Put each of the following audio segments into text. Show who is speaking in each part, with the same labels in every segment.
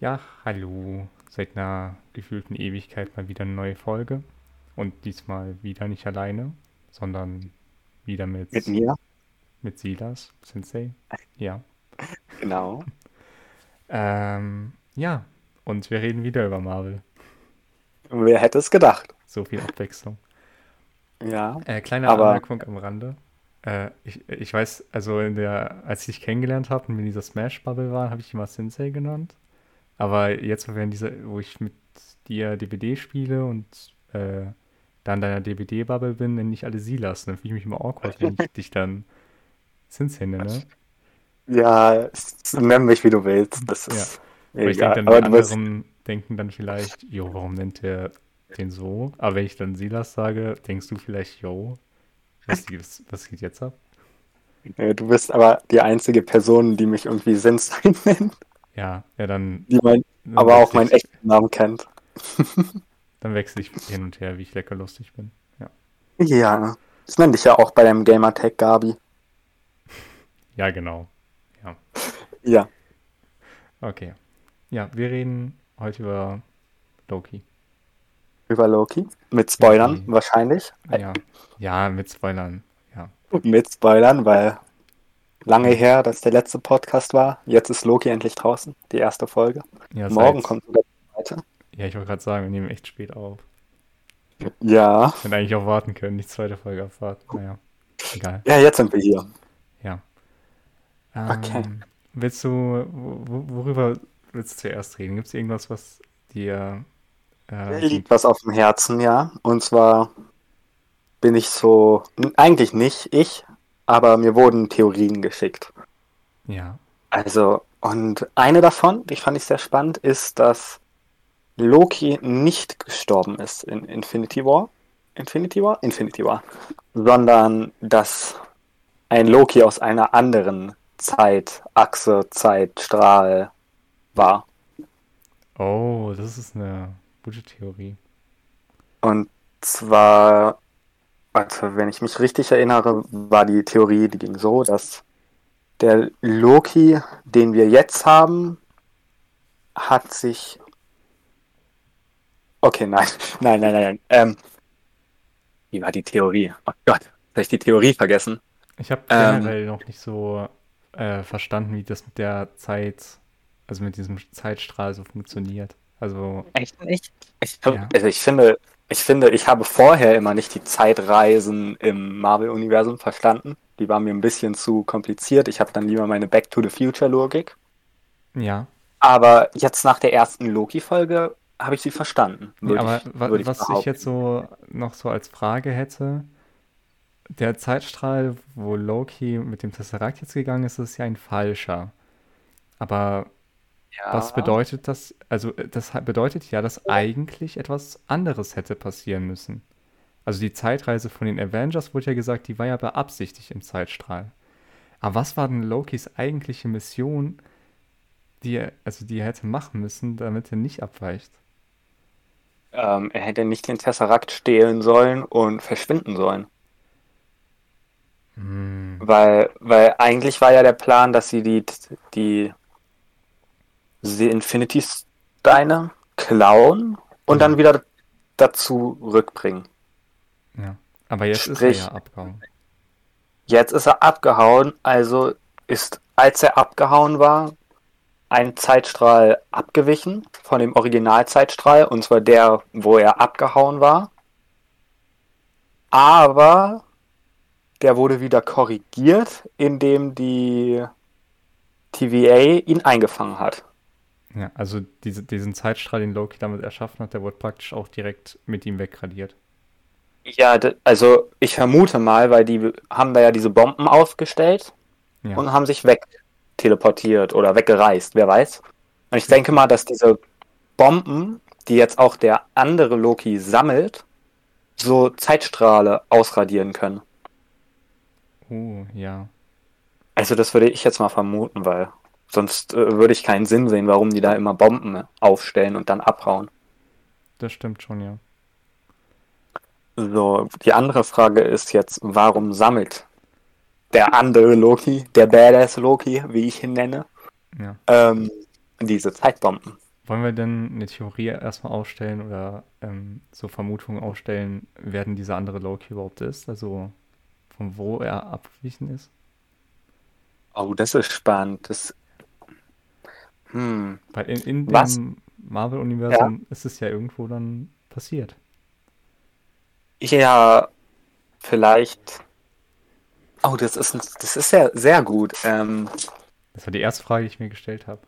Speaker 1: Ja, hallo. Seit einer gefühlten Ewigkeit mal wieder eine neue Folge. Und diesmal wieder nicht alleine, sondern wieder mit,
Speaker 2: Mit mir?
Speaker 1: mit Silas, Sensei. Ja.
Speaker 2: Genau.
Speaker 1: Ähm, ja, und wir reden wieder über Marvel.
Speaker 2: Wer hätte es gedacht?
Speaker 1: So viel Abwechslung.
Speaker 2: Ja.
Speaker 1: Äh, kleine
Speaker 2: Aber-
Speaker 1: Anmerkung am Rande. Äh, ich, ich weiß, also in der, als ich dich kennengelernt habe und wir in dieser Smash-Bubble waren, habe ich dich immer Sensei genannt. Aber jetzt, wo, wir in dieser, wo ich mit dir DBD spiele und äh, da in deiner DBD-Bubble bin, nenne ich alle Silas. Dann fühle ich mich immer awkward, wenn ich dich dann Sensei nenne.
Speaker 2: Ja, s- nenn mich wie du willst. Das ist
Speaker 1: Weil ich denke
Speaker 2: egal.
Speaker 1: dann, die
Speaker 2: Aber du bist,
Speaker 1: anderen denken dann vielleicht, jo, warum nennt der den so? Aber wenn ich dann Silas sage, denkst du vielleicht, jo, was, was, was geht jetzt ab?
Speaker 2: äh, du bist aber die einzige Person, die mich irgendwie Sensei nennt,
Speaker 1: Ja, ja, dann
Speaker 2: die mein,
Speaker 1: Dann
Speaker 2: aber auch
Speaker 1: wechsle
Speaker 2: meinen
Speaker 1: ich,
Speaker 2: echten Namen kennt.
Speaker 1: Dann wechsle ich hin und her, wie ich lecker lustig bin. Ja,
Speaker 2: Ja. Ich nenne dich ja auch bei deinem Gamertag Gabi.
Speaker 1: ja genau.
Speaker 2: Ja.
Speaker 1: Okay. Ja, wir reden heute über Loki.
Speaker 2: Über Loki. Mit Spoilern
Speaker 1: Mhm.
Speaker 2: wahrscheinlich.
Speaker 1: Ja, ja mit Spoilern. Ja,
Speaker 2: Mit Spoilern, weil lange her, dass der letzte Podcast war. Jetzt ist Loki endlich draußen. Die erste Folge.
Speaker 1: ja
Speaker 2: Morgen
Speaker 1: seit-
Speaker 2: kommt sogar die zweite.
Speaker 1: Ja, ich wollte gerade sagen, wir nehmen echt spät auf.
Speaker 2: Ja.
Speaker 1: Hätten eigentlich auch warten können, die zweite Folge abwarten. Naja, egal.
Speaker 2: Ja, jetzt sind wir hier.
Speaker 1: Ja. Ähm,
Speaker 2: Okay.
Speaker 1: Willst du, wo- wo- worüber willst du zuerst reden? Gibt es irgendwas, was dir
Speaker 2: Mir
Speaker 1: äh,
Speaker 2: liegt was auf dem Herzen, ja. Und zwar bin ich so, eigentlich nicht ich, aber mir wurden Theorien geschickt.
Speaker 1: ja,
Speaker 2: Also, und eine davon, die fand ich sehr spannend, ist, dass Loki nicht gestorben ist in Infinity War. Infinity War? Infinity War. Sondern, dass ein Loki aus einer anderen Zeitachse, Zeitstrahl war.
Speaker 1: oh, das ist eine gute Theorie.
Speaker 2: Und zwar, also wenn ich mich richtig erinnere, war die Theorie, die ging so, dass der Loki, den wir jetzt haben, hat sich. Okay, nein, nein, nein, nein, nein. Ähm, wie war die Theorie? Oh Gott, habe ich die Theorie vergessen?
Speaker 1: Ich habe
Speaker 2: Ähm.
Speaker 1: generell noch nicht so äh, verstanden, wie das mit der Zeit, also mit diesem Zeitstrahl so funktioniert. Also,
Speaker 2: Echt nicht? Ich,
Speaker 1: Ja.
Speaker 2: Also ich finde, ich finde, ich habe vorher immer nicht die Zeitreisen im Marvel-Universum verstanden. Die waren mir ein bisschen zu kompliziert. Ich habe dann lieber meine Back to the Future-Logik.
Speaker 1: ja.
Speaker 2: Aber jetzt nach der ersten Loki-Folge habe ich sie verstanden.
Speaker 1: Nee,
Speaker 2: würde
Speaker 1: aber
Speaker 2: ich,
Speaker 1: wa
Speaker 2: würde ich
Speaker 1: was ich
Speaker 2: behaupten.
Speaker 1: jetzt so noch so als Frage hätte, der Zeitstrahl, wo Loki mit dem Tesseract jetzt gegangen ist, ist ja ein falscher. Aber
Speaker 2: ja.
Speaker 1: was bedeutet das? Also, äh, das he- bedeutet ja, dass eigentlich etwas anderes hätte passieren müssen. Also, die Zeitreise von den Avengers wurde ja gesagt, die war ja beabsichtigt im Zeitstrahl. Aber was war denn Lokis eigentliche Mission, die er, also die er hätte machen müssen, damit er nicht abweicht?
Speaker 2: Ähm, er hätte nicht den Tesseract stehlen sollen und verschwinden sollen.
Speaker 1: Hm,
Speaker 2: Weil, weil eigentlich war ja der Plan, dass sie die, die, die Infinity-Steine klauen und dann wieder dazu rückbringen.
Speaker 1: ja. Aber jetzt ist er
Speaker 2: Sprich-
Speaker 1: ja abgehauen.
Speaker 2: Jetzt ist er abgehauen, also ist, als er abgehauen war, ein Zeitstrahl abgewichen von dem Originalzeitstrahl, und zwar der, wo er abgehauen war. Aber der wurde wieder korrigiert, indem die TVA ihn eingefangen hat.
Speaker 1: Ja, also diese, diesen Zeitstrahl, den Loki damit erschaffen hat, der wurde praktisch auch direkt mit ihm wegradiert.
Speaker 2: Ja, d- also ich vermute mal, weil die haben da ja diese Bomben aufgestellt.
Speaker 1: Ja.
Speaker 2: und haben sich wegteleportiert oder weggereist, wer weiß. Und ich denke mal, dass diese Bomben, die jetzt auch der andere Loki sammelt, so Zeitstrahle ausradieren können.
Speaker 1: Oh, ja.
Speaker 2: Also das würde ich jetzt mal vermuten, weil sonst äh, würde ich keinen Sinn sehen, warum die da immer Bomben aufstellen und dann abhauen.
Speaker 1: Das stimmt schon, ja.
Speaker 2: So, die andere Frage ist jetzt, warum sammelt der andere Loki, der Badass Loki, wie ich ihn nenne,
Speaker 1: Ja.
Speaker 2: ähm, diese Zeitbomben?
Speaker 1: Wollen wir denn eine Theorie erstmal aufstellen oder ähm, so Vermutungen aufstellen, wer denn dieser andere Loki überhaupt ist? Also von wo er abgewichen ist?
Speaker 2: Oh, das ist spannend. Das. Hm.
Speaker 1: Weil in, in
Speaker 2: Was?
Speaker 1: dem Marvel-Universum ist es ja irgendwo dann passiert.
Speaker 2: Ja, vielleicht. Oh, das ist, ein- das ist ja sehr gut. Ähm,
Speaker 1: Das war die erste Frage, die ich mir gestellt habe.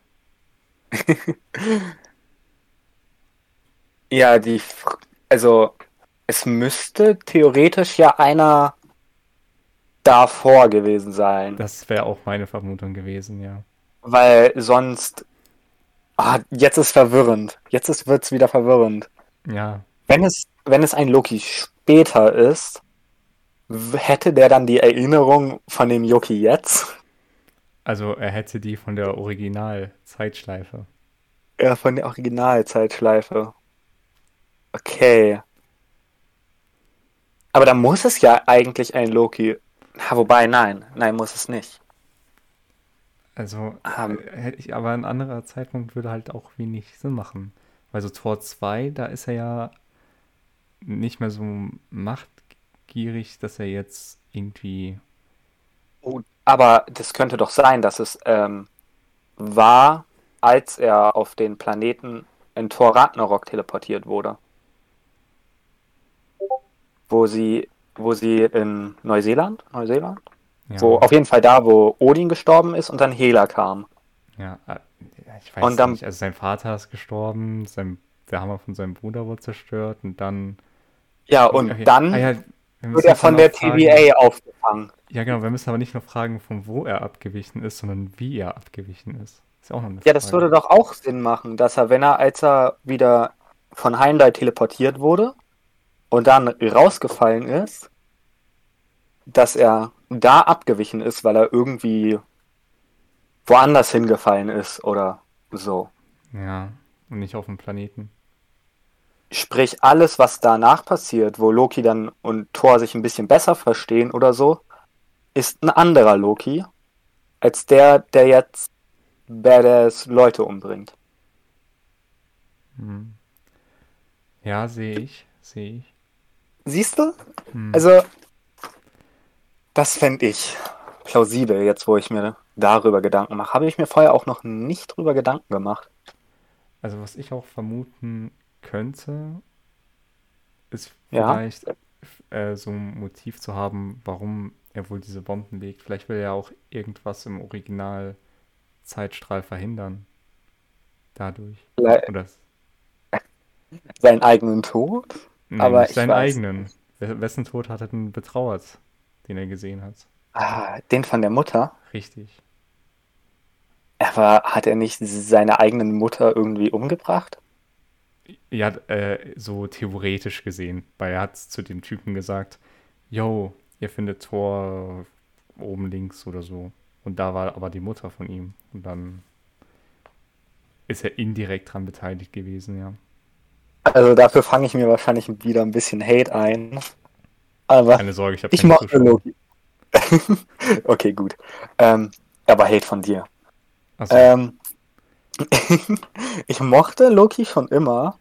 Speaker 2: ja, die. Fr- Also, es müsste theoretisch ja einer davor gewesen sein.
Speaker 1: Das wäre auch meine Vermutung gewesen, ja.
Speaker 2: Weil sonst. Ah, jetzt ist verwirrend. Jetzt ist, wird's wieder verwirrend.
Speaker 1: Ja,
Speaker 2: Wenn es, wenn es ein Loki später ist, w- hätte der dann die Erinnerung von dem Loki jetzt?
Speaker 1: also er hätte die von der Original-Zeitschleife.
Speaker 2: Ja, von der Originalzeitschleife. Okay. Aber dann muss es ja eigentlich ein Loki. Ha, wobei, nein. Nein, muss es nicht.
Speaker 1: Also
Speaker 2: Ähm.
Speaker 1: äh, hätte ich, aber ein anderer Zeitpunkt würde halt auch wenig Sinn machen. Weil so Tor 2, da ist er ja nicht mehr so machtgierig, dass er jetzt irgendwie.
Speaker 2: Oh, Aber das könnte doch sein, dass es ähm, war, als er auf den Planeten in Thor Ragnarok teleportiert wurde. Wo sie, wo sie in Neuseeland, Neuseeland?
Speaker 1: Ja,
Speaker 2: Wo, auf jeden Fall da, wo Odin gestorben ist und dann Hela kam.
Speaker 1: ja, äh, ja, ich weiß
Speaker 2: Und dann-
Speaker 1: nicht. Also sein Vater ist gestorben, sein, der Hammer von seinem Bruder wurde zerstört und dann.
Speaker 2: Ja, und
Speaker 1: Okay.
Speaker 2: dann
Speaker 1: Ah ja, wir
Speaker 2: wird
Speaker 1: müssen
Speaker 2: er
Speaker 1: jetzt
Speaker 2: von
Speaker 1: dann
Speaker 2: der
Speaker 1: auch fragen-
Speaker 2: TVA aufgefangen.
Speaker 1: Ja, genau, wir müssen aber nicht nur fragen, von wo er abgewichen ist, sondern wie er abgewichen ist. Ist ja auch noch eine
Speaker 2: Ja, das
Speaker 1: Frage.
Speaker 2: würde doch auch Sinn machen, dass er, wenn er, als er wieder von Heimdall teleportiert wurde und dann rausgefallen ist, dass er da abgewichen ist, weil er irgendwie woanders hingefallen ist oder so.
Speaker 1: Ja, und nicht auf dem Planeten.
Speaker 2: Sprich, alles, was danach passiert, wo Loki dann und Thor sich ein bisschen besser verstehen oder so, ist ein anderer Loki als der, der jetzt badass Leute umbringt.
Speaker 1: Hm. Ja, sehe ich, sehe ich.
Speaker 2: Siehst du?
Speaker 1: Hm.
Speaker 2: Also, das fände ich plausibel, jetzt wo ich mir darüber Gedanken mache. Habe ich mir vorher auch noch nicht drüber Gedanken gemacht.
Speaker 1: Also was ich auch vermuten könnte, ist
Speaker 2: Ja.
Speaker 1: vielleicht äh, so ein Motiv zu haben, warum er wohl diese Bomben legt. Vielleicht will er auch irgendwas im Original Zeitstrahl verhindern. Dadurch.
Speaker 2: Le-
Speaker 1: Oder
Speaker 2: Seinen eigenen Tod?
Speaker 1: nein,
Speaker 2: Aber
Speaker 1: nicht
Speaker 2: ich
Speaker 1: seinen
Speaker 2: weiß
Speaker 1: eigenen. We- Wessen Tod hat er denn betrauert, den er gesehen hat?
Speaker 2: Ah, den von der Mutter?
Speaker 1: Richtig.
Speaker 2: Aber hat er nicht seine eigenen Mutter irgendwie umgebracht?
Speaker 1: Ja, äh, so theoretisch gesehen, weil er hat zu dem Typen gesagt, yo, ihr findet Tor oben links oder so. Und da war aber die Mutter von ihm. Und dann ist er indirekt dran beteiligt gewesen, ja.
Speaker 2: Also dafür fange ich mir wahrscheinlich wieder ein bisschen Hate ein. Aber
Speaker 1: Keine Sorge, ich habe
Speaker 2: ich mochte Loki. okay, gut. Ähm, aber Hate von dir.
Speaker 1: Achso,
Speaker 2: Ähm, ich mochte Loki schon immer,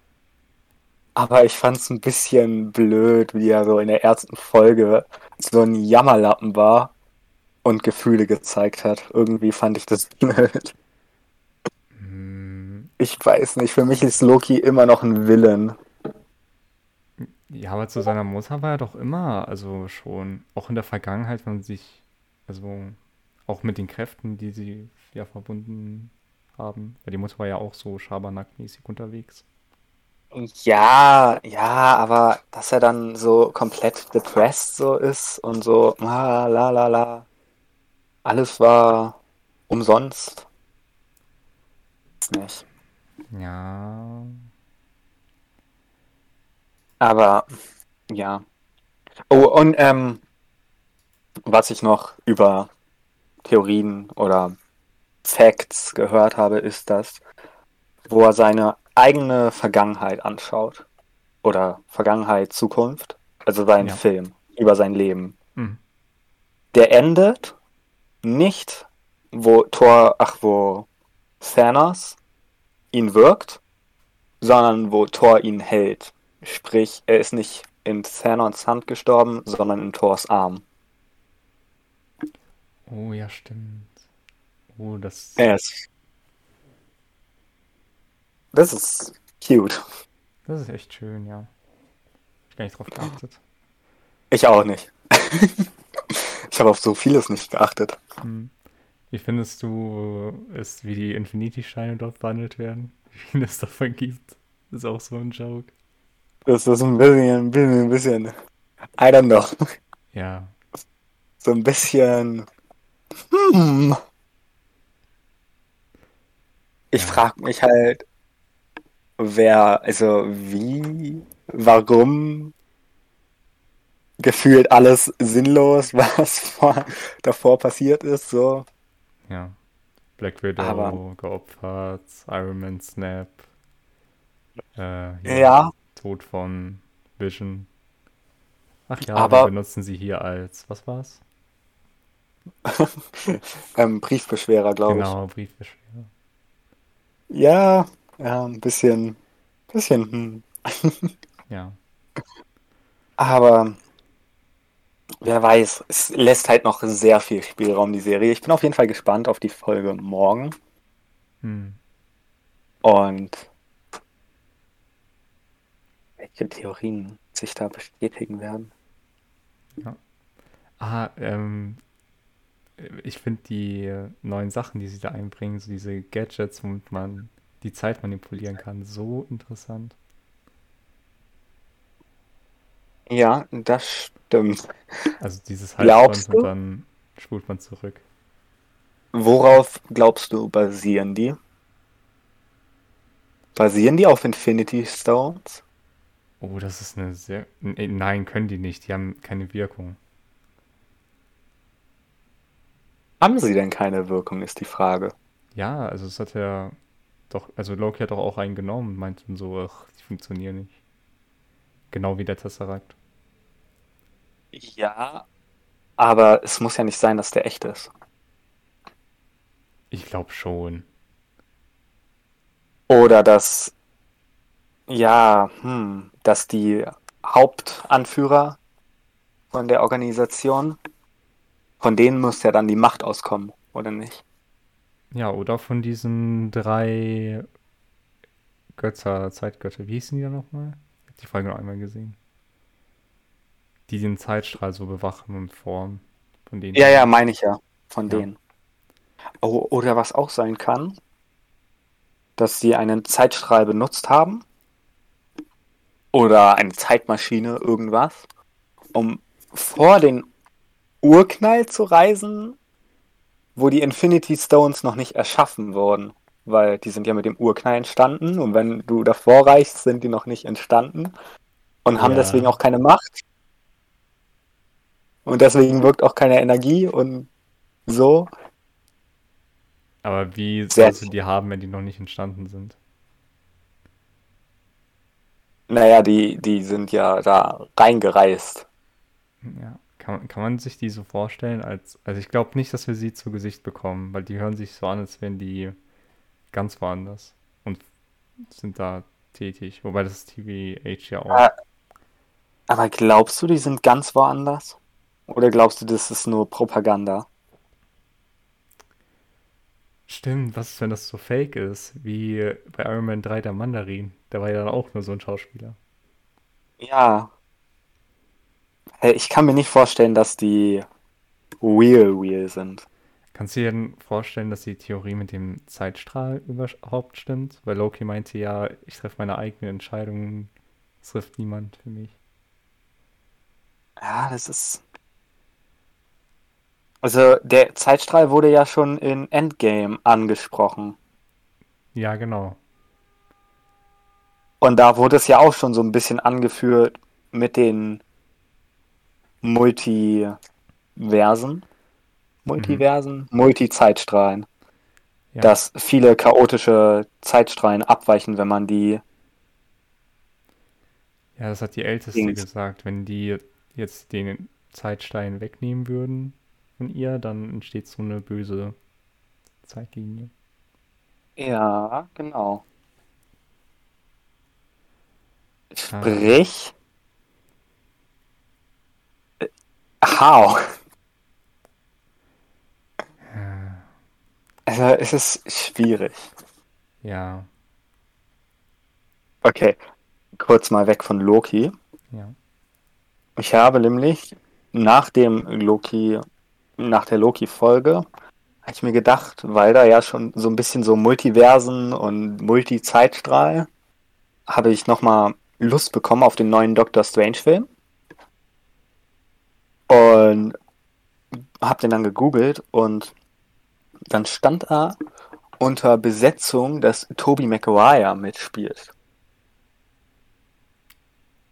Speaker 2: aber ich fand es ein bisschen blöd, wie er so in der ersten Folge so ein Jammerlappen war und Gefühle gezeigt hat. Irgendwie fand ich das blöd.
Speaker 1: mm,
Speaker 2: Ich weiß nicht, für mich ist Loki immer noch ein Villain.
Speaker 1: ja, aber zu seiner Mutter war er doch immer, also schon, auch in der Vergangenheit, wenn man sich, also auch mit den Kräften, die sie ja verbunden haben, weil die Mutter war ja auch so schabernackmäßig unterwegs.
Speaker 2: Ja, ja, aber dass er dann so komplett depressed so ist und so, ah, la la la, alles war umsonst. Ist nicht.
Speaker 1: Ja,
Speaker 2: Aber ja. Oh, und ähm, was ich noch über Theorien oder Facts gehört habe, ist das, wo er seine eigene Vergangenheit anschaut. Oder Vergangenheit, Zukunft. Also seinen
Speaker 1: Ja.
Speaker 2: Film über sein Leben.
Speaker 1: Mhm.
Speaker 2: Der endet nicht, wo Thor, ach, wo Thanos ihn wirkt, sondern wo Thor ihn hält. Sprich, er ist nicht in Thanons Hand gestorben, sondern in Thors Arm.
Speaker 1: Oh ja, stimmt. Oh, das.
Speaker 2: Yes. Das ist cute.
Speaker 1: Das ist echt schön, ja. Hab ich gar nicht drauf geachtet.
Speaker 2: Ich auch nicht. ich habe auf so vieles nicht geachtet.
Speaker 1: Hm. Wie findest du es, wie die Infinity-Steine dort behandelt werden? Wie viel es davon gibt? Ist auch so ein Joke.
Speaker 2: Das ist ein bisschen, ein bisschen, ein bisschen. I don't know.
Speaker 1: Ja.
Speaker 2: So ein bisschen. Hm. Ich frage mich halt, wer, also wie, warum gefühlt alles sinnlos, was vor, davor passiert ist, so.
Speaker 1: Ja. Black Widow
Speaker 2: Aber-
Speaker 1: geopfert, Iron Man Snap. Äh,
Speaker 2: Ja.
Speaker 1: Tod von Vision. Ach ja,
Speaker 2: Aber-
Speaker 1: wir benutzen sie hier als, was war's?
Speaker 2: Ähm, Briefbeschwerer, glaube
Speaker 1: Genau, Briefbeschwerer.
Speaker 2: ich. Ja, ja, ein bisschen, bisschen, hm.
Speaker 1: Ja.
Speaker 2: Aber wer weiß, es lässt halt noch sehr viel Spielraum, die Serie. Ich bin auf jeden Fall gespannt auf die Folge morgen
Speaker 1: Hm.
Speaker 2: und welche Theorien sich da bestätigen werden.
Speaker 1: Ah, ähm, ich finde die äh, neuen Sachen, die sie da einbringen, so diese Gadgets, womit man die Zeit manipulieren kann, so interessant.
Speaker 2: Ja, das stimmt.
Speaker 1: Also dieses
Speaker 2: Glaubst
Speaker 1: Halsband und
Speaker 2: du?
Speaker 1: dann spult man zurück.
Speaker 2: Worauf glaubst du, basieren die? Basieren die auf Infinity Stones?
Speaker 1: Oh, das ist eine sehr. Nee, Nein, können die nicht. Die haben keine Wirkung.
Speaker 2: Haben sie denn keine Wirkung, ist die Frage.
Speaker 1: Ja, also es hat ja doch, also Loki hat doch auch einen genommen und meinte dann so, ach, die funktionieren nicht. Genau wie der Tesseract.
Speaker 2: Ja. Aber es muss ja nicht sein, dass der echt ist.
Speaker 1: Ich glaube schon.
Speaker 2: Oder dass, ja, hm, dass die Hauptanführer von der Organisation, von denen muss ja dann die Macht auskommen, oder nicht?
Speaker 1: Ja, oder von diesen drei Götter, Zeitgötter, wie hießen die da nochmal? Ich habe die Folge noch einmal gesehen. Die den Zeitstrahl so bewachen und formen. Von denen.
Speaker 2: Ja, ja, meine ich ja. Von
Speaker 1: Ja.
Speaker 2: denen. Oh, oder was auch sein kann, dass sie einen Zeitstrahl benutzt haben. Oder eine Zeitmaschine, irgendwas. Um vor den Urknall zu reisen, wo die Infinity Stones noch nicht erschaffen wurden. Weil die sind ja mit dem Urknall entstanden. Und wenn du davor reichst, sind die noch nicht entstanden. Und haben
Speaker 1: Ja.
Speaker 2: deswegen auch keine Macht. Und deswegen wirkt auch keine Energie und so.
Speaker 1: Aber wie
Speaker 2: Sehr
Speaker 1: sollst du die haben, wenn die noch nicht entstanden sind?
Speaker 2: Naja, die, die sind ja da reingereist.
Speaker 1: Ja. Kann, kann man sich die so vorstellen als. Also ich glaube nicht, dass wir sie zu Gesicht bekommen, weil die hören sich so an, als wären die ganz woanders und sind da tätig. Wobei das TVH ja auch.
Speaker 2: Ah. Aber glaubst du, die sind ganz woanders? Oder glaubst du, das ist nur Propaganda?
Speaker 1: Stimmt, was ist, wenn das so fake ist? Wie bei Iron Man 3 der Mandarin. Der war ja dann auch nur so ein Schauspieler.
Speaker 2: Ja. Hey, Ich kann mir nicht vorstellen, dass die real, real sind.
Speaker 1: Kannst du dir denn vorstellen, dass die Theorie mit dem Zeitstrahl überhaupt stimmt? Weil Loki meinte ja, ich treffe meine eigenen Entscheidungen, es trifft niemand für mich.
Speaker 2: Ja, das ist. Also, der Zeitstrahl wurde ja schon in Endgame angesprochen.
Speaker 1: Ja, genau.
Speaker 2: Und da wurde es ja auch schon so ein bisschen angeführt mit den Multiversen, Multiversen, Multizeitstrahlen,
Speaker 1: Ja.
Speaker 2: dass viele chaotische Zeitstrahlen abweichen, wenn man die,
Speaker 1: Ja, das hat die Älteste
Speaker 2: Dings.
Speaker 1: gesagt. Wenn die jetzt den Zeitstein wegnehmen würden von ihr, dann entsteht so eine böse Zeitlinie.
Speaker 2: ja, genau. Sprich. Äh, How? Also es ist schwierig.
Speaker 1: Ja,
Speaker 2: Okay, kurz mal weg von Loki.
Speaker 1: ja.
Speaker 2: Ich habe nämlich nach dem Loki, nach der Loki-Folge, habe ich mir gedacht, weil da ja schon so ein bisschen so Multiversen und Multi-Zeitstrahl, habe ich nochmal Lust bekommen auf den neuen Doctor Strange-Film. Und habe den dann gegoogelt und dann stand da unter Besetzung, dass Tobey Maguire mitspielt.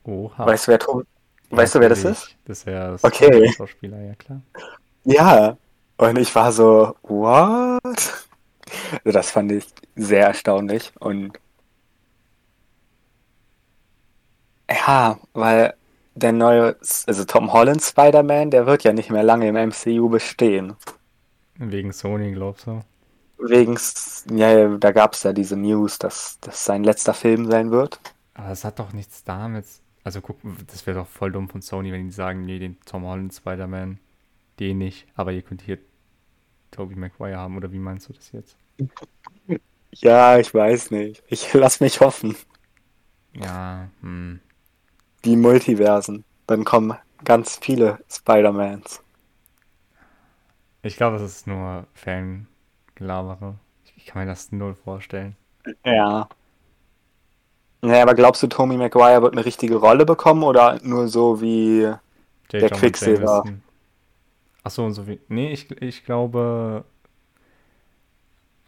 Speaker 1: Oha.
Speaker 2: Weißt du, wer Tobi weißt du, wer das ist?
Speaker 1: Natürlich. Das ist ja das
Speaker 2: Okay.
Speaker 1: Schauspieler, ja klar.
Speaker 2: Ja, und ich war so, what? Also das fand ich sehr erstaunlich und ja, weil der neue, also Tom Holland Spider-Man, der wird ja nicht mehr lange im MCU bestehen.
Speaker 1: Wegen Sony, glaubst du?
Speaker 2: Wegen, s- ja, ja, da gab es ja diese News, dass das sein letzter Film sein wird.
Speaker 1: Aber das hat doch nichts damit. Also guck, das wäre doch voll dumm von Sony, wenn die sagen, nee, den Tom Holland Spider-Man, den nicht, aber ihr könnt hier Tobey Maguire haben, oder wie meinst du das jetzt?
Speaker 2: Ja, ich weiß nicht. Ich lass mich hoffen.
Speaker 1: Ja, hm.
Speaker 2: Die Multiversen. Dann kommen ganz viele Spider-Mans.
Speaker 1: Ich glaube, das ist nur Fangelabere. Ich kann mir das null vorstellen.
Speaker 2: Ja. Naja, aber glaubst du, Tommy Maguire wird eine richtige Rolle bekommen oder nur so wie.
Speaker 1: J.
Speaker 2: Der
Speaker 1: Jonah
Speaker 2: Quicksilver.
Speaker 1: Jameson. Ach so und so wie. Nee, ich, ich glaube.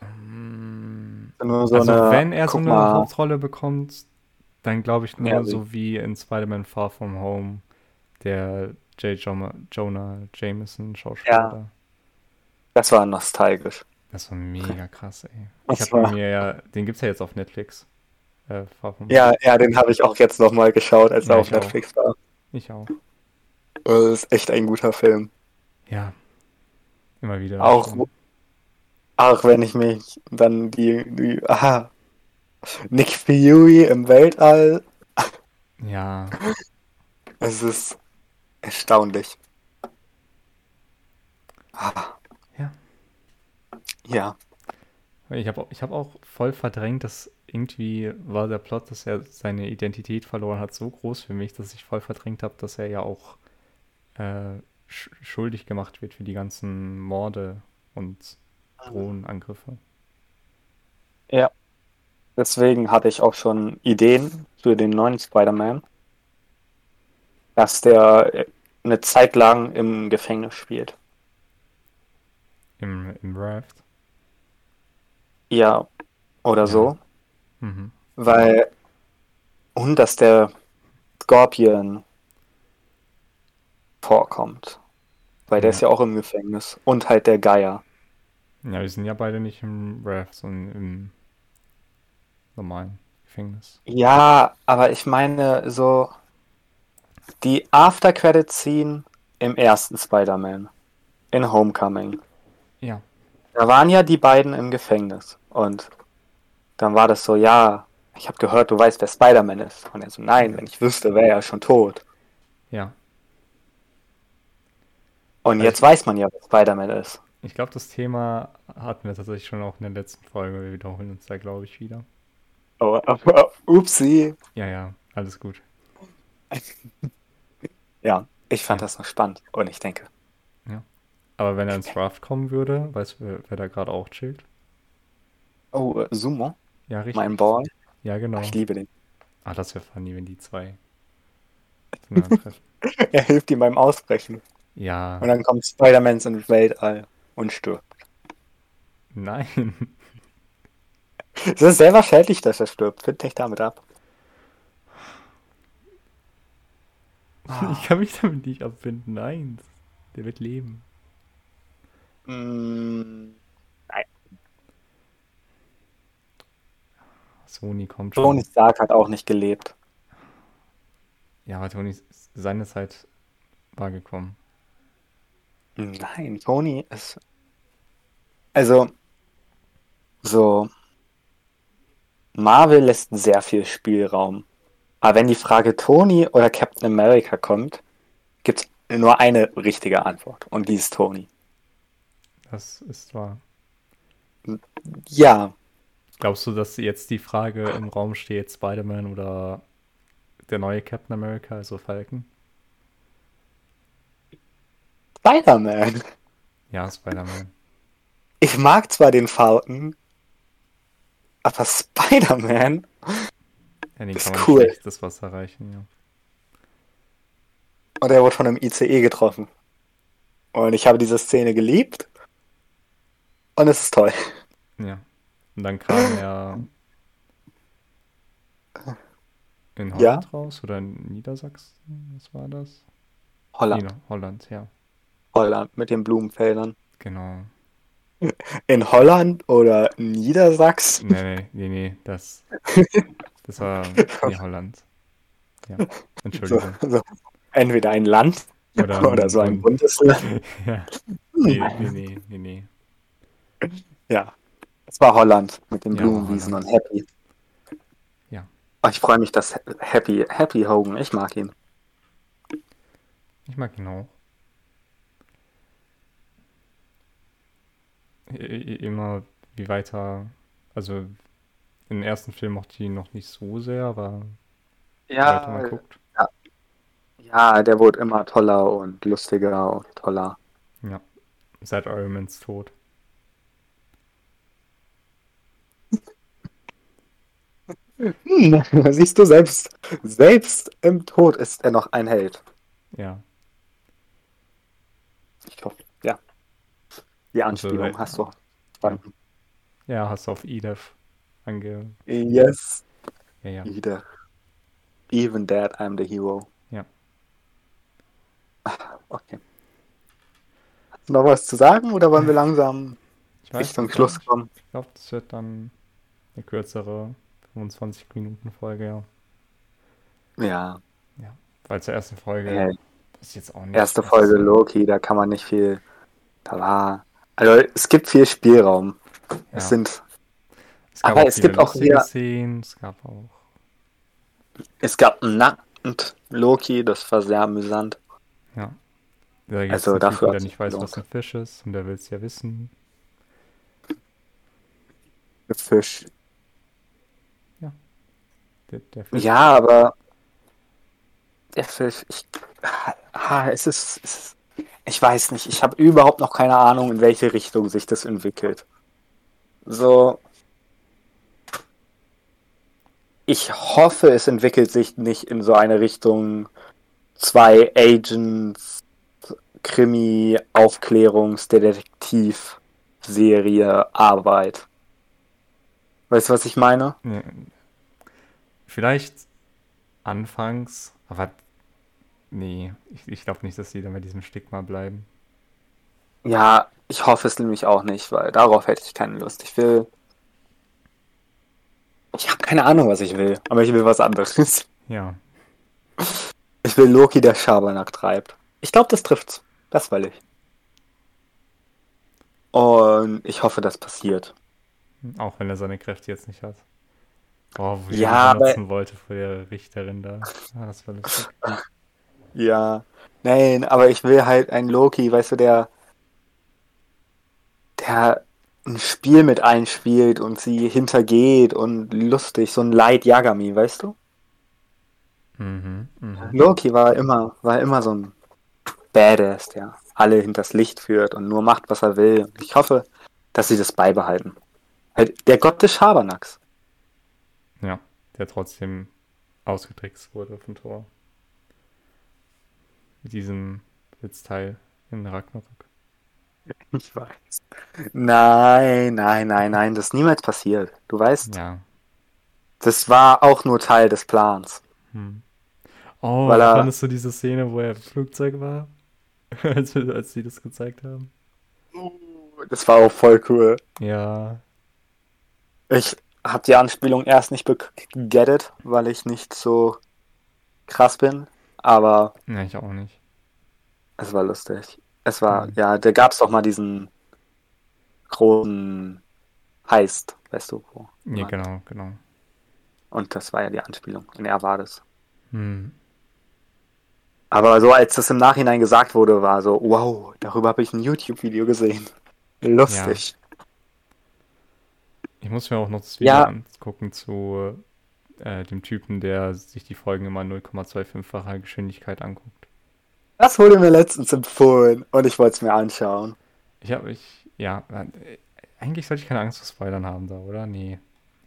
Speaker 1: ähm,
Speaker 2: Nur so
Speaker 1: also,
Speaker 2: eine,
Speaker 1: wenn er so
Speaker 2: guck
Speaker 1: eine
Speaker 2: mal,
Speaker 1: Hauptrolle bekommt, dann glaube ich nur
Speaker 2: Ja, wie-
Speaker 1: so wie in Spider-Man Far From Home, der J. Jonah, Jonah Jameson Schauspieler.
Speaker 2: das war nostalgisch.
Speaker 1: Das war mega krass, ey.
Speaker 2: Das
Speaker 1: ich
Speaker 2: war-
Speaker 1: habe mir ja. Den gibt's ja jetzt auf Netflix. Äh, Far From
Speaker 2: Ja,
Speaker 1: Home.
Speaker 2: ja, den habe ich auch jetzt nochmal geschaut, als er
Speaker 1: Ja,
Speaker 2: auf
Speaker 1: ich auch.
Speaker 2: Netflix war.
Speaker 1: Ich auch.
Speaker 2: Das ist echt ein guter Film.
Speaker 1: Ja. Immer wieder.
Speaker 2: Auch, auch wenn ich mich dann die, die aha, Nick Fury im Weltall,
Speaker 1: Ja.
Speaker 2: es ist erstaunlich. Ah,
Speaker 1: Ja.
Speaker 2: ja.
Speaker 1: Ich habe ich hab auch voll verdrängt, dass irgendwie war der Plot, dass er seine Identität verloren hat, so groß für mich, dass ich voll verdrängt habe, dass er ja auch äh, sch schuldig gemacht wird für die ganzen Morde und Drohnenangriffe.
Speaker 2: Ja. Deswegen hatte ich auch schon Ideen für den neuen Spider-Man, dass der äh, eine Zeit lang im Gefängnis spielt.
Speaker 1: Im, im Raft.
Speaker 2: Ja, oder
Speaker 1: Ja.
Speaker 2: so.
Speaker 1: Mhm.
Speaker 2: Weil, und dass der Scorpion vorkommt. Weil der
Speaker 1: Ja.
Speaker 2: ist ja auch im Gefängnis. Und halt der Geier.
Speaker 1: Ja, wir sind ja beide nicht im Raft, sondern im normalen Gefängnis.
Speaker 2: Ja, aber ich meine, so die After-Credit-Scene im ersten Spider-Man. In Homecoming.
Speaker 1: Ja.
Speaker 2: Da waren ja die beiden im Gefängnis. Und dann war das so, ja, ich habe gehört, du weißt, wer Spider-Man ist. Und er so, nein, wenn ich wüsste, wäre er schon tot.
Speaker 1: Ja.
Speaker 2: Und jetzt weiß man ja, wer Spider-Man ist.
Speaker 1: Ich glaube, das Thema hatten wir tatsächlich schon auch in der letzten Folge. Wir wiederholen uns da, glaube ich, wieder.
Speaker 2: Oh, aber, upsi.
Speaker 1: Ja, ja, alles gut.
Speaker 2: Ja, ich fand das noch spannend. Und ich denke,
Speaker 1: Aber wenn er ins Raft kommen würde, weißt du, wer, wer da gerade auch chillt?
Speaker 2: oh, äh, Sumo,
Speaker 1: Ja, richtig.
Speaker 2: mein Boy.
Speaker 1: Ja, genau.
Speaker 2: Ich liebe den.
Speaker 1: Ah, das wäre funny, wenn die zwei aufeinandertreffen.
Speaker 2: Er hilft ihm beim Ausbrechen.
Speaker 1: Ja,
Speaker 2: Und dann kommt Spider-Man ins Weltall und stirbt.
Speaker 1: nein.
Speaker 2: Es ist sehr wahrscheinlich, dass er stirbt. Find dich damit ab. Ah.
Speaker 1: Ich kann mich damit nicht abfinden. Nein. Der wird leben.
Speaker 2: Mm,
Speaker 1: Sony kommt schon.
Speaker 2: Tony Stark hat auch nicht gelebt.
Speaker 1: Ja, aber Tony, seine Zeit war gekommen.
Speaker 2: Nein, Tony ist. Also, so. Marvel lässt sehr viel Spielraum. Aber wenn die Frage Tony oder Captain America kommt, gibt es nur eine richtige Antwort. Und die ist Tony.
Speaker 1: Das ist wahr.
Speaker 2: Ja,
Speaker 1: Glaubst du, dass jetzt die Frage im Raum steht, Spider-Man oder der neue Captain America, also Falcon?
Speaker 2: Spider-Man.
Speaker 1: Ja, Spider-Man.
Speaker 2: Ich mag zwar den Falcon, aber Spider-Man?
Speaker 1: Ja, den
Speaker 2: Ist
Speaker 1: kann man
Speaker 2: cool.
Speaker 1: schlecht das Wasser erreichen, ja.
Speaker 2: Und er wurde von einem ICE getroffen. Und ich habe diese Szene geliebt. Und es ist toll.
Speaker 1: Ja. Und dann kam er in Holland
Speaker 2: Ja?
Speaker 1: raus oder in Niedersachsen, was war das?
Speaker 2: Holland.
Speaker 1: Nee, Holland, ja.
Speaker 2: Holland mit den Blumenfeldern.
Speaker 1: Genau.
Speaker 2: In Holland oder Niedersachsen?
Speaker 1: Nee, nee, nee, nee, das, das war nee, Holland. Ja,
Speaker 2: So,
Speaker 1: Entschuldigung.
Speaker 2: so. Entweder ein Land
Speaker 1: Oder,
Speaker 2: oder so ein
Speaker 1: Bund.
Speaker 2: Bundesland.
Speaker 1: Ja. Nee, nee, nee, nee, nee.
Speaker 2: Ja, es war Holland mit den
Speaker 1: Ja,
Speaker 2: Blumenwiesen
Speaker 1: Holland.
Speaker 2: und Happy.
Speaker 1: Ja.
Speaker 2: Oh, ich freue mich, dass Happy, Happy Hogan, ich mag ihn.
Speaker 1: Ich mag ihn auch. I- i- E, Immer wie weiter. Also, den ersten Film mochte ich ihn noch nicht so sehr, aber je weiter
Speaker 2: äh,
Speaker 1: man guckt.
Speaker 2: ja, der wurde immer toller und lustiger und toller.
Speaker 1: Ja. Seit Iron Mans Tod.
Speaker 2: Hm, siehst du, selbst, selbst im Tod ist er noch ein Held.
Speaker 1: Ja.
Speaker 2: Ich hoffe, ja. Die Anspielung
Speaker 1: Also,
Speaker 2: hast du. verstanden.
Speaker 1: Ja, hast du auf Edith ange.
Speaker 2: Yes,
Speaker 1: Ja, ja.
Speaker 2: jeder. Even dead, I'm the hero.
Speaker 1: Ja.
Speaker 2: Ah, Okay. Hast du noch was zu sagen oder wollen wir langsam
Speaker 1: Ich weiß
Speaker 2: Richtung
Speaker 1: nicht,
Speaker 2: Schluss kommen?
Speaker 1: Ich glaube, das wird dann eine kürzere 25-Minuten-Folge, ja.
Speaker 2: Ja,
Speaker 1: Weil zur ersten Folge
Speaker 2: hey,
Speaker 1: ist jetzt auch nicht.
Speaker 2: erste
Speaker 1: das-
Speaker 2: Folge Loki, da kann man nicht viel. Da war. Also es gibt viel Spielraum.
Speaker 1: Ja.
Speaker 2: Es sind,
Speaker 1: Es gab
Speaker 2: Aber
Speaker 1: auch
Speaker 2: es
Speaker 1: viele
Speaker 2: gibt auch
Speaker 1: lustige
Speaker 2: wieder-
Speaker 1: Szenen, es gab auch.
Speaker 2: es gab einen nackten Loki, das war sehr amüsant.
Speaker 1: Ja. Da gibt's
Speaker 2: Also
Speaker 1: einen
Speaker 2: dafür
Speaker 1: Typen, der
Speaker 2: hat's
Speaker 1: nicht weiß, was
Speaker 2: gelohnt.
Speaker 1: ein Fisch ist und der will es ja wissen.
Speaker 2: Fisch.
Speaker 1: Der, der Fisch.
Speaker 2: Ja, aber der Fisch, ich, ah, es ist, es ist, ich weiß nicht, ich habe überhaupt noch keine Ahnung, in welche Richtung sich das entwickelt. So, ich hoffe, es entwickelt sich nicht in so eine Richtung zwei Agents, Krimi, Aufklärungsdetektiv, Serie, Arbeit. Weißt du, was ich meine?
Speaker 1: Ja. Vielleicht anfangs, aber nee, ich, ich glaube nicht, dass die dann bei diesem Stigma bleiben.
Speaker 2: Ja, ich hoffe es nämlich auch nicht, weil darauf hätte ich keine Lust. Ich will. Ich habe keine Ahnung, was ich will, aber ich will was anderes.
Speaker 1: Ja,
Speaker 2: Ich will Loki, der Schabernack treibt. Ich glaube, das trifft's. Das will ich. Und ich hoffe, das passiert.
Speaker 1: auch wenn er seine Kräfte jetzt nicht hat. Boah, wo ich
Speaker 2: Ja,
Speaker 1: ihn
Speaker 2: aber-
Speaker 1: benutzen wollte vor der Richterin da. Ah, das war lustig.
Speaker 2: Ja. Nein, aber ich will halt einen Loki, weißt du, der. der ein Spiel mit einspielt und sie hintergeht und lustig, so ein Light Yagami, weißt du?
Speaker 1: Mhm, mhm.
Speaker 2: Ne? Loki war immer, war immer so ein Badass, der alle hinters Licht führt und nur macht, was er will. Und ich hoffe, dass sie das beibehalten. Halt, der Gott des Schabernacks.
Speaker 1: Ja, der trotzdem ausgetrickst wurde von Thor. Mit diesem Blitzteil in Ragnarok.
Speaker 2: Ich weiß. Nein, nein, nein, nein, das ist niemals passiert. Du weißt,
Speaker 1: Ja.
Speaker 2: das war auch nur Teil des Plans.
Speaker 1: Hm. Oh,
Speaker 2: Weil er-
Speaker 1: fandest du diese Szene, wo er im Flugzeug war? als, wir- als sie das gezeigt haben?
Speaker 2: Das war auch voll cool.
Speaker 1: Ja.
Speaker 2: Ich habe die Anspielung erst nicht begettet, weil ich nicht so krass bin, aber
Speaker 1: Ne, ich auch nicht.
Speaker 2: Es war lustig. Es war,
Speaker 1: Mhm.
Speaker 2: ja, da gab es doch mal diesen großen Heist, weißt du wo.
Speaker 1: Ja,
Speaker 2: Ja.
Speaker 1: genau, genau.
Speaker 2: Und das war ja die Anspielung. Und er war das.
Speaker 1: Hm.
Speaker 2: Aber so, als das im Nachhinein gesagt wurde, war so, wow, darüber habe ich ein YouTube-Video gesehen. Lustig.
Speaker 1: Ich muss mir auch noch das Video
Speaker 2: Ja.
Speaker 1: angucken zu äh, dem Typen, der sich die Folgen immer 0,25-facher Geschwindigkeit anguckt.
Speaker 2: Das wurde mir letztens empfohlen und ich wollte es mir anschauen.
Speaker 1: Ich habe, ich, ja, äh, eigentlich sollte ich keine Angst vor Spoilern haben da, oder? Nee.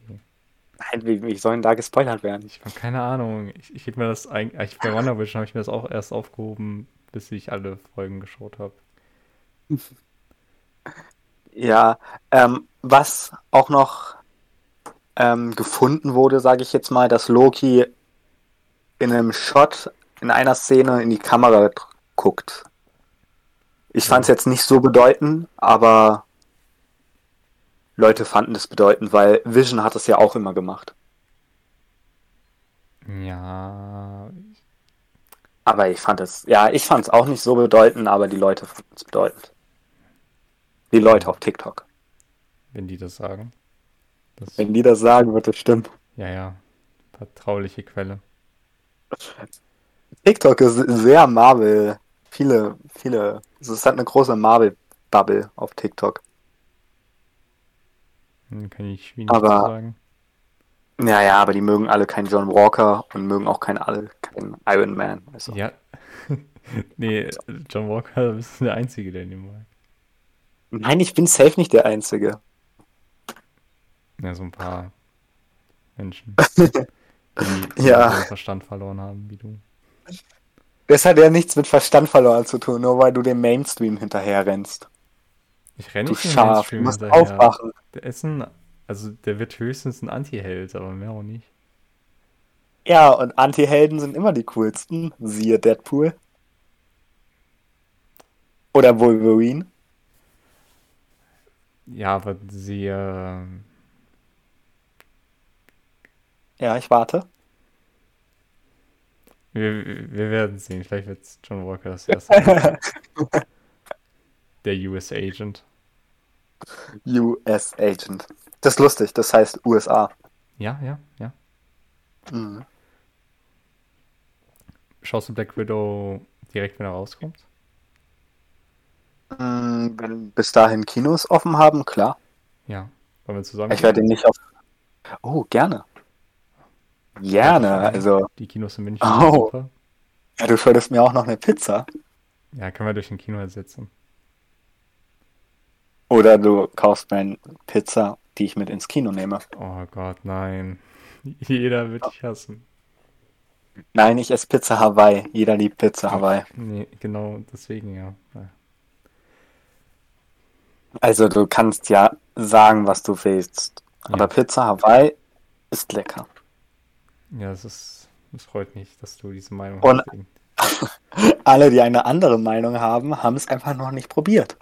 Speaker 2: Nein, wie, wie sollen da gespoilert werden?
Speaker 1: Ich habe keine Ahnung. Ich, ich heb mir das eigentlich, bei Wonder Vision habe ich mir das auch erst aufgehoben, bis ich alle Folgen geschaut habe.
Speaker 2: Ja, ähm, was auch noch ähm, gefunden wurde, sage ich jetzt mal, dass Loki in einem Shot, in einer Szene in die Kamera dr- guckt. Ich fand es jetzt nicht so bedeutend, aber Leute fanden es bedeutend, weil Vision hat es ja auch immer gemacht.
Speaker 1: Ja,
Speaker 2: Aber ich fand es, ja, ich fand es auch nicht so bedeutend, aber die Leute fanden es bedeutend. Die Leute auf TikTok.
Speaker 1: wenn die das sagen. Das,
Speaker 2: Wenn die das sagen, wird es stimmen.
Speaker 1: ja, ja. Vertrauliche Quelle.
Speaker 2: TikTok ist sehr Marvel. Viele, viele. Also es hat eine große Marvel-Bubble auf TikTok.
Speaker 1: Hm, Kann ich wie
Speaker 2: Aber-
Speaker 1: nichts sagen.
Speaker 2: Naja, aber die mögen alle keinen John Walker und mögen auch keinen, alle, keinen Iron Man. Also,
Speaker 1: Ja. nee, John Walker ist der Einzige, der den mag.
Speaker 2: Nein, ich bin safe nicht der Einzige.
Speaker 1: Ja, so ein paar Menschen, die
Speaker 2: Ja.
Speaker 1: ihren Verstand verloren haben, wie du.
Speaker 2: Das hat ja nichts mit Verstand verloren zu tun, nur weil du dem Mainstream hinterherrennst.
Speaker 1: Ich renne
Speaker 2: Du
Speaker 1: nicht dem
Speaker 2: Schaf, du
Speaker 1: Mainstream
Speaker 2: musst
Speaker 1: hinterher.
Speaker 2: aufwachen.
Speaker 1: Der ist ein, also der wird höchstens ein Anti-Held, aber mehr auch nicht.
Speaker 2: Ja, und Anti-Helden sind immer die coolsten. Siehe Deadpool. Oder Wolverine.
Speaker 1: Ja, aber sie, äh,
Speaker 2: Ja, ich warte.
Speaker 1: wir, wir werden sehen. Vielleicht wird John Walker das erste. der US Agent.
Speaker 2: US Agent. Das ist lustig, das heißt USA.
Speaker 1: Ja, ja, ja.
Speaker 2: Mhm.
Speaker 1: Schaust du Black Widow direkt, wenn er rauskommt?
Speaker 2: Mm, Wenn bis dahin Kinos offen haben, klar.
Speaker 1: Ja. Wollen wir zusammen?
Speaker 2: Ich werde ihn nicht auf. Oh, gerne. Gerne. Also,
Speaker 1: Die Kinos in München sind
Speaker 2: Oh.
Speaker 1: super.
Speaker 2: ja, du schuldest mir auch noch eine Pizza.
Speaker 1: Ja, können wir durch ein Kino ersetzen.
Speaker 2: Oder du kaufst mir eine Pizza, die ich mit ins Kino nehme.
Speaker 1: Oh Gott, nein. Jeder wird dich hassen.
Speaker 2: Nein, ich esse Pizza Hawaii. Jeder liebt Pizza Hawaii.
Speaker 1: Nee, genau deswegen, ja. Ja.
Speaker 2: Also, du kannst ja sagen, was du willst. Aber
Speaker 1: Ja.
Speaker 2: Pizza Hawaii ist lecker.
Speaker 1: Ja, es ist, es freut mich, dass du diese Meinung
Speaker 2: Und-
Speaker 1: hast. Ding.
Speaker 2: Alle, die eine andere Meinung haben, haben es einfach noch nicht probiert.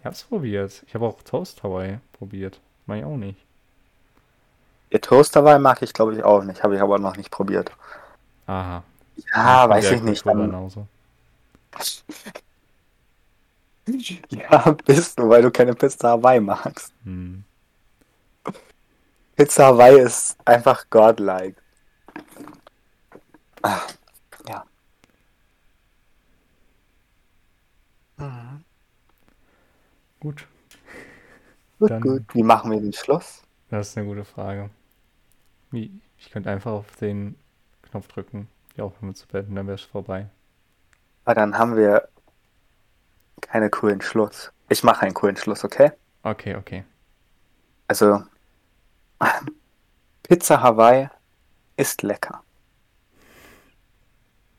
Speaker 1: Ich hab's probiert. Ich habe auch Toast Hawaii probiert. Mach ich auch nicht.
Speaker 2: Ihr Toast Hawaii mag ich, glaube ich, auch nicht. Habe ich aber noch nicht probiert.
Speaker 1: Aha.
Speaker 2: Ja,
Speaker 1: Von
Speaker 2: Ah, weiß
Speaker 1: der
Speaker 2: ich nicht.
Speaker 1: Kultur
Speaker 2: Dann,
Speaker 1: genauso.
Speaker 2: ja, bist du, weil du keine Pizza Hawaii magst.
Speaker 1: Hm.
Speaker 2: Pizza Hawaii ist einfach godlike. Ah, ja. Mhm.
Speaker 1: Gut,
Speaker 2: Gut,
Speaker 1: Dann-
Speaker 2: gut. Wie machen wir den Schluss?
Speaker 1: das ist eine gute Frage. Wie- Ich könnte einfach auf den Knopf drücken, die Aufnahme zu beenden, dann wäre es vorbei.
Speaker 2: Weil Ah, dann haben wir keine coolen Schluss. Ich mache einen coolen Schluss, okay?
Speaker 1: Okay, okay.
Speaker 2: Also, Pizza Hawaii ist lecker.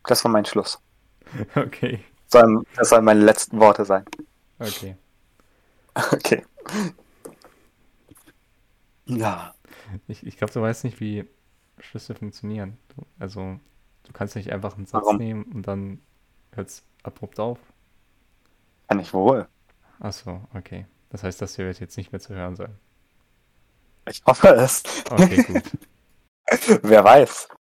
Speaker 2: Das war mein Schluss.
Speaker 1: Okay,
Speaker 2: Sollen- Das sollen meine letzten Worte sein.
Speaker 1: okay.
Speaker 2: Okay. Ja.
Speaker 1: Ich, ich glaube, du weißt nicht, wie Schlüsse funktionieren. Du, also, du kannst nicht einfach einen Satz
Speaker 2: Warum?
Speaker 1: nehmen und dann hört es abrupt auf.
Speaker 2: Kann ich wohl.
Speaker 1: Achso, okay. Das heißt, das hier wird jetzt nicht mehr zu hören sein.
Speaker 2: Ich hoffe es.
Speaker 1: Okay, gut.
Speaker 2: Wer weiß.